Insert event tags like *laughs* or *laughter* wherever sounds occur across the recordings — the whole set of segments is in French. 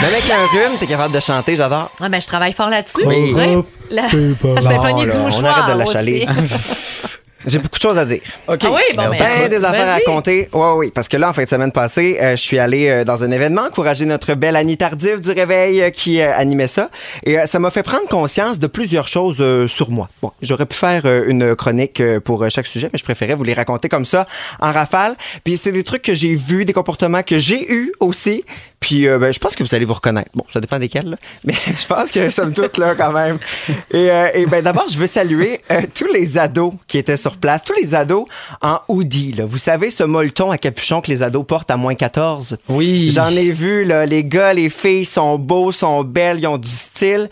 Même avec un rhume, t'es capable de chanter, j'adore. Ah, ben, je travaille fort là-dessus. Oui. Ouais. La, la symphonie là, du on mouchoir. arrête de aussi. *laughs* l'achaler. J'ai beaucoup de choses à dire. OK. Ah oui, bon, Ben, ben, Ben, écoute, des affaires à vas-y. raconter. Oui, oui, parce que là, en fin de semaine passée, euh, je suis allé euh, dans un événement encourager notre belle Annie Tardif du Réveil euh, qui euh, animait ça. Et euh, ça m'a fait prendre conscience de plusieurs choses euh, sur moi. Bon, j'aurais pu faire euh, une chronique euh, pour euh, chaque sujet, mais je préférais vous les raconter comme ça, en rafale. Puis c'est des trucs que j'ai vus, des comportements que j'ai eus aussi. Puis euh, ben, je pense que vous allez vous reconnaître. Bon, ça dépend desquels, là. *laughs* mais je pense que somme toute là quand même. Et, euh, et ben d'abord, je veux saluer euh, tous les ados qui étaient sur place, tous les ados en hoodie. Là. Vous savez ce molleton à capuchon que les ados portent à moins 14 Oui. J'en ai vu là, les gars, les filles sont beaux, sont belles, ils ont du style.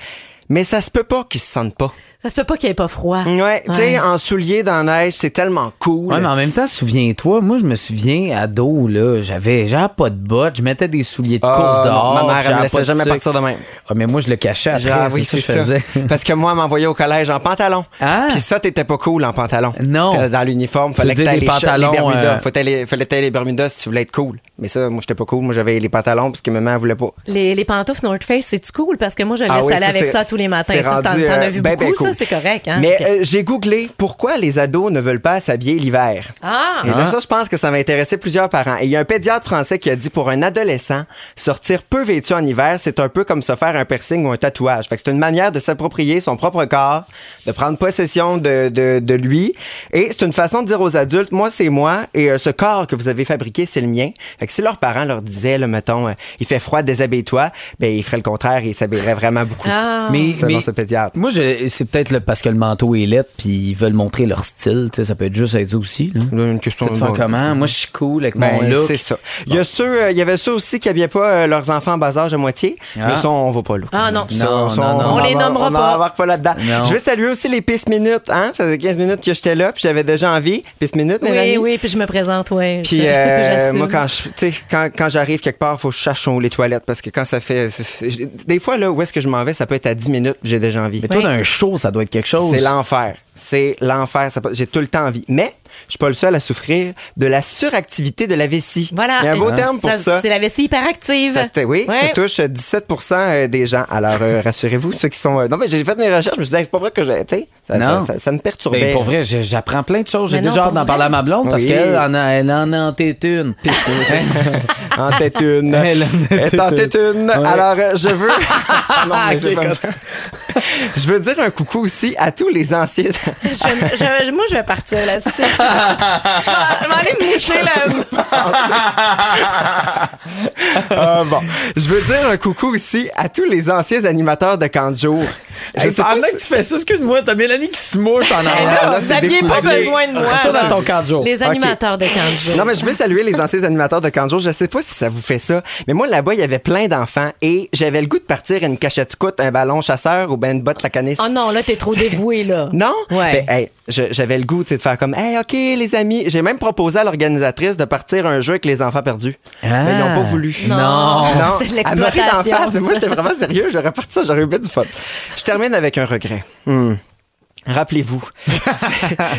Mais ça se peut pas qu'ils se sentent pas. Ça se peut pas qu'il n'y ait pas froid. Ouais, tu sais, Ouais. en souliers dans la neige, c'est tellement cool. Ouais, mais en même temps, souviens-toi, moi, je me souviens, ado, là, j'avais, j'avais pas de bottes, je mettais des souliers de Ah, course non, dehors. ma mère, puis elle me j'avais laissait pas de jamais sucre. partir de même. Ah, mais moi, je le cachais après, Ah c'est ça que je faisais. *laughs* *laughs* Parce que moi, elle m'envoyait au collège en pantalon. Ah. Puis ça, t'étais pas cool en pantalon. Non. T'étais dans l'uniforme, Tu fallait veux que dire t'ailles les, les shorts, les pantalons, Bermudas. euh, Faut t'aller- fallait que t'ailles les Bermudas si tu voulais être cool. Mais ça, moi, j'étais pas cool. Moi, j'avais les pantalons parce que maman, elle voulait pas. Les, les pantoufles North Face, c'est cool parce que moi, je laisse Ah oui, aller ça, avec c'est- ça tous les matins. c'est Ça, t'en rendu, t'en as euh, vu ben, ben beaucoup, ça, cool. c'est correct. Hein? Mais Ok. euh, j'ai googlé pourquoi les ados ne veulent pas s'habiller l'hiver. Ah! Et là, ça, je pense que ça va intéresser plusieurs parents. Et il y a un pédiatre français qui a dit pour un adolescent, sortir peu vêtu en hiver, c'est un peu comme se faire un piercing ou un tatouage. Fait que c'est une manière de s'approprier son propre corps, de prendre possession de, de, de lui. Et c'est une façon de dire aux adultes, moi, c'est moi, et euh, ce corps que vous avez fabriqué, c'est le mien. Fait que si leurs parents leur disaient, là, mettons, euh, il fait froid, déshabille-toi, ben, ils feraient le contraire et ils s'habilleraient vraiment beaucoup. Ah. Mais, Selon mais- ce pédiatre. Moi, je- c'est peut-être le- parce que le manteau est laid, puis ils veulent montrer leur style. tu sais, Ça peut être juste être ça aussi. Là. Une question Peut-être faire bonne. comment? Moi, je suis cool avec mon Ben, look. c'est ça. Il y a ceux, euh, il y avait ceux aussi qui n'habillaient pas euh, leurs enfants en bas âge à moitié, mais Ah. ça, on va pas là. Ah, non. Ça, Non, ça, non, non. en On les embarque- nommera on pas. embarque pas là-dedans. Non. Je veux saluer aussi les pistes minutes, hein. Ça faisait 15 minutes que j'étais là, puis j'avais déjà envie. Pistes minutes, mes oui, amis. oui, puis je me présente, oui. *laughs* Puis euh, moi, quand je, tu sais, quand, quand j'arrive quelque part, faut que je cherche où les toilettes parce que quand ça fait, j'ai- des fois là où est-ce que je m'en vais, ça peut être à 10 minutes, j'ai déjà envie. Mais toi, Ben, d'un show, ça doit être quelque chose. C'est l'enfer. C'est l'enfer. Ça peut- J'ai tout le temps envie. Mais je suis pas le seul à souffrir de la suractivité de la vessie. Voilà. Il y a un beau Et terme pour ça. C'est la vessie hyperactive. Ça t- oui, Ouais. ça touche 17 des gens. Alors, euh, rassurez-vous, ceux qui sont. euh, non, mais j'ai fait mes recherches, je me suis dit, Hey, c'est pas vrai que j'ai. tu sais, Ça, Non. ça, ça- ça me perturbait. Ben, pour vrai, je- j'apprends plein de choses. J'ai Mais non, déjà hâte pour d'en vrai. parler à ma blonde parce Oui. qu'elle en a, elle en a en tête une. en tête une. *laughs* Elle en a est en tête tête une. Ouais. Alors, euh, je *laughs* veux. Ah non, mais Ok, c'est pas quand- vrai. Je veux dire un coucou aussi à tous les anciens. Je vais- je- moi, je vais partir *laughs* là-dessus. je vais aller me moucher là. Ah, bon. Je veux dire un coucou aussi à tous les anciens animateurs de camp de jour. Hey, pendant si- que tu fais ça, excuse-moi, t'as Mélanie qui se mouche en Ah, arrière. là, vous c'est aviez pas déposé. besoin de moi. Ça dans ton camp de jour. Les animateurs de Kanjo. Non, mais je veux saluer les anciens animateurs de Canjo. Je sais pas si ça vous fait ça, mais moi, là-bas, il y avait plein d'enfants et j'avais le goût de partir à une cachette scout, un ballon chasseur ou ben une botte la canisse. Oh non, là, t'es trop dévoué, là. Non? Ouais. Ben, hey, je- j'avais le goût tu sais, de faire comme, hey, OK, les amis. J'ai même proposé à l'organisatrice de partir un jeu avec les enfants perdus. Mais ils n'ont pas voulu. Ah. Non. *laughs* Non, c'est de Elle m'a ri d'en l'exploitation, face, mais moi, ça. j'étais vraiment sérieux. J'aurais parti ça, j'aurais eu bien du fun. Je termine avec un regret. Hmm. Rappelez-vous,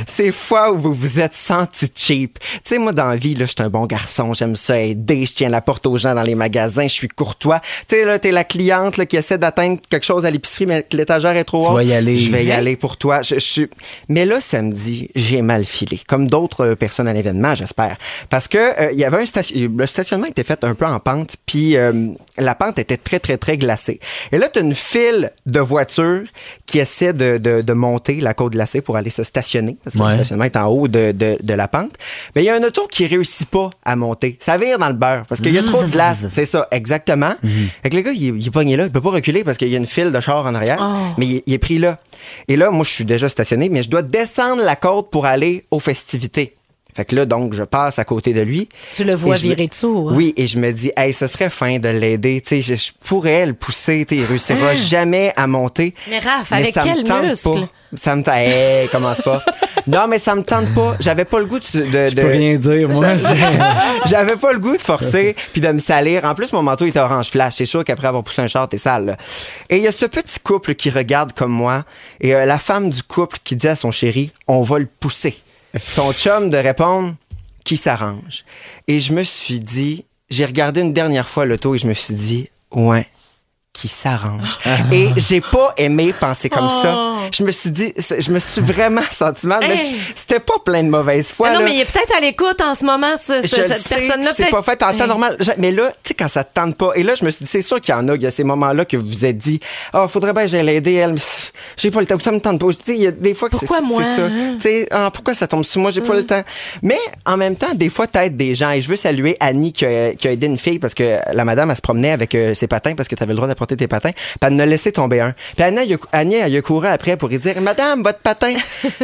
ces fois où vous vous êtes senti cheap. Tu sais, moi, dans la vie, là, je suis un bon garçon, j'aime ça aider, je tiens la porte aux gens dans les magasins, je suis courtois. Tu sais, là, t'es la cliente là, qui essaie d'atteindre quelque chose à l'épicerie, mais que l'étagère est trop Tu haute. vas y aller. Je vais y Hein? aller pour toi. Je, je suis... Mais là, samedi, j'ai mal filé, comme d'autres euh, personnes à l'événement, j'espère. Parce que euh, il y avait un station- le stationnement était fait un peu en pente, puis euh, la pente était très, très, très glacée. Et là, tu as une file de voitures qui essaie de, de- de monter la côte glacée pour aller se stationner, parce que le Ouais. stationnement est en haut de, de- de la pente. Mais il y a un auto qui réussit pas à monter. Ça vire dans le beurre, parce qu'il y a trop de glace. C'est ça, exactement. Fait que le gars, il, est- il est pogné là, il peut pas reculer parce qu'il y a une file de chars en arrière, Oh. mais il, est- il est pris là. Et là, moi, je suis déjà stationné, mais je dois descendre la côte pour aller aux festivités. Fait que là, donc, je passe à côté de lui. Tu le vois Et je me- virer tout, hein? Oui, et je me dis, hey, ce serait fin de l'aider. Tu sais, je, je pourrais le pousser. Tu sais, il réussira jamais à monter. Ah. Mais Raph, avec ça me quel tente muscle? pas. *laughs* Ça me tente. Hey, commence pas. non, mais ça me tente pas. J'avais pas le goût de. de- Je peux de- rien dire, moi. *laughs* *laughs* j'avais pas le goût de forcer puis de me salir. En plus, mon manteau était orange flash. C'est sûr qu'après avoir poussé un char, t'es sale. là. Et il y a ce petit couple qui regarde comme moi et euh, la femme du couple qui dit à son chéri, on va le pousser. son chum de répondre qui s'arrange. Et je me suis dit, j'ai regardé une dernière fois l'auto et je me suis dit, ouais, qui s'arrange. et j'ai pas aimé penser comme ça. Ah. Oh. Je me suis dit, c'est- je me suis vraiment *laughs* senti mal, mais Hey. c'était pas plein de mauvaise foi. Ah non, là. mais il est peut-être à l'écoute en ce moment, ce- ce- Je le cette sais, personne-là. c'est pas peut-être- fait en temps normal. Je- Mais là, tu sais, quand ça te tente pas. Et là, je me suis dit, c'est sûr qu'il y en a, il y a ces moments-là que vous vous êtes dit, ah, faudrait bien que j'aille l'aider, elle, mais pff, j'ai pas le temps, ça me tente pas. Tu sais, il y a des fois que c'est Pourquoi moi, c'est ça. hein? Tu sais, ah, pourquoi ça tombe sur moi, j'ai pas le temps. Mais en même temps, des fois, t'aides des gens. Et je veux saluer Annie qui a, qui a aidé une fille parce que la madame, elle se promenait avec euh, ses patins parce que t'avais le droit d'apporter tes patins. Puis elle en a laissé tomber un. Puis Annie, elle, y a cou- Annie, elle y a couru après pour lui dire, madame, votre patin.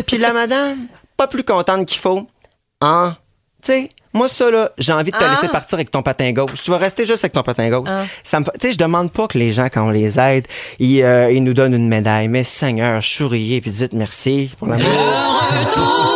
Puis la madame, pas plus contente qu'il faut. Hein? Tu sais, moi, ça, là, j'ai envie de te Ah. laisser partir avec ton patin gauche. Tu vas rester juste avec ton patin gauche. Ça me fait- Tu sais, je demande pas que les gens, quand on les aide, ils, euh, ils nous donnent une médaille. Mais Seigneur, souriez puis dites merci pour la Le retour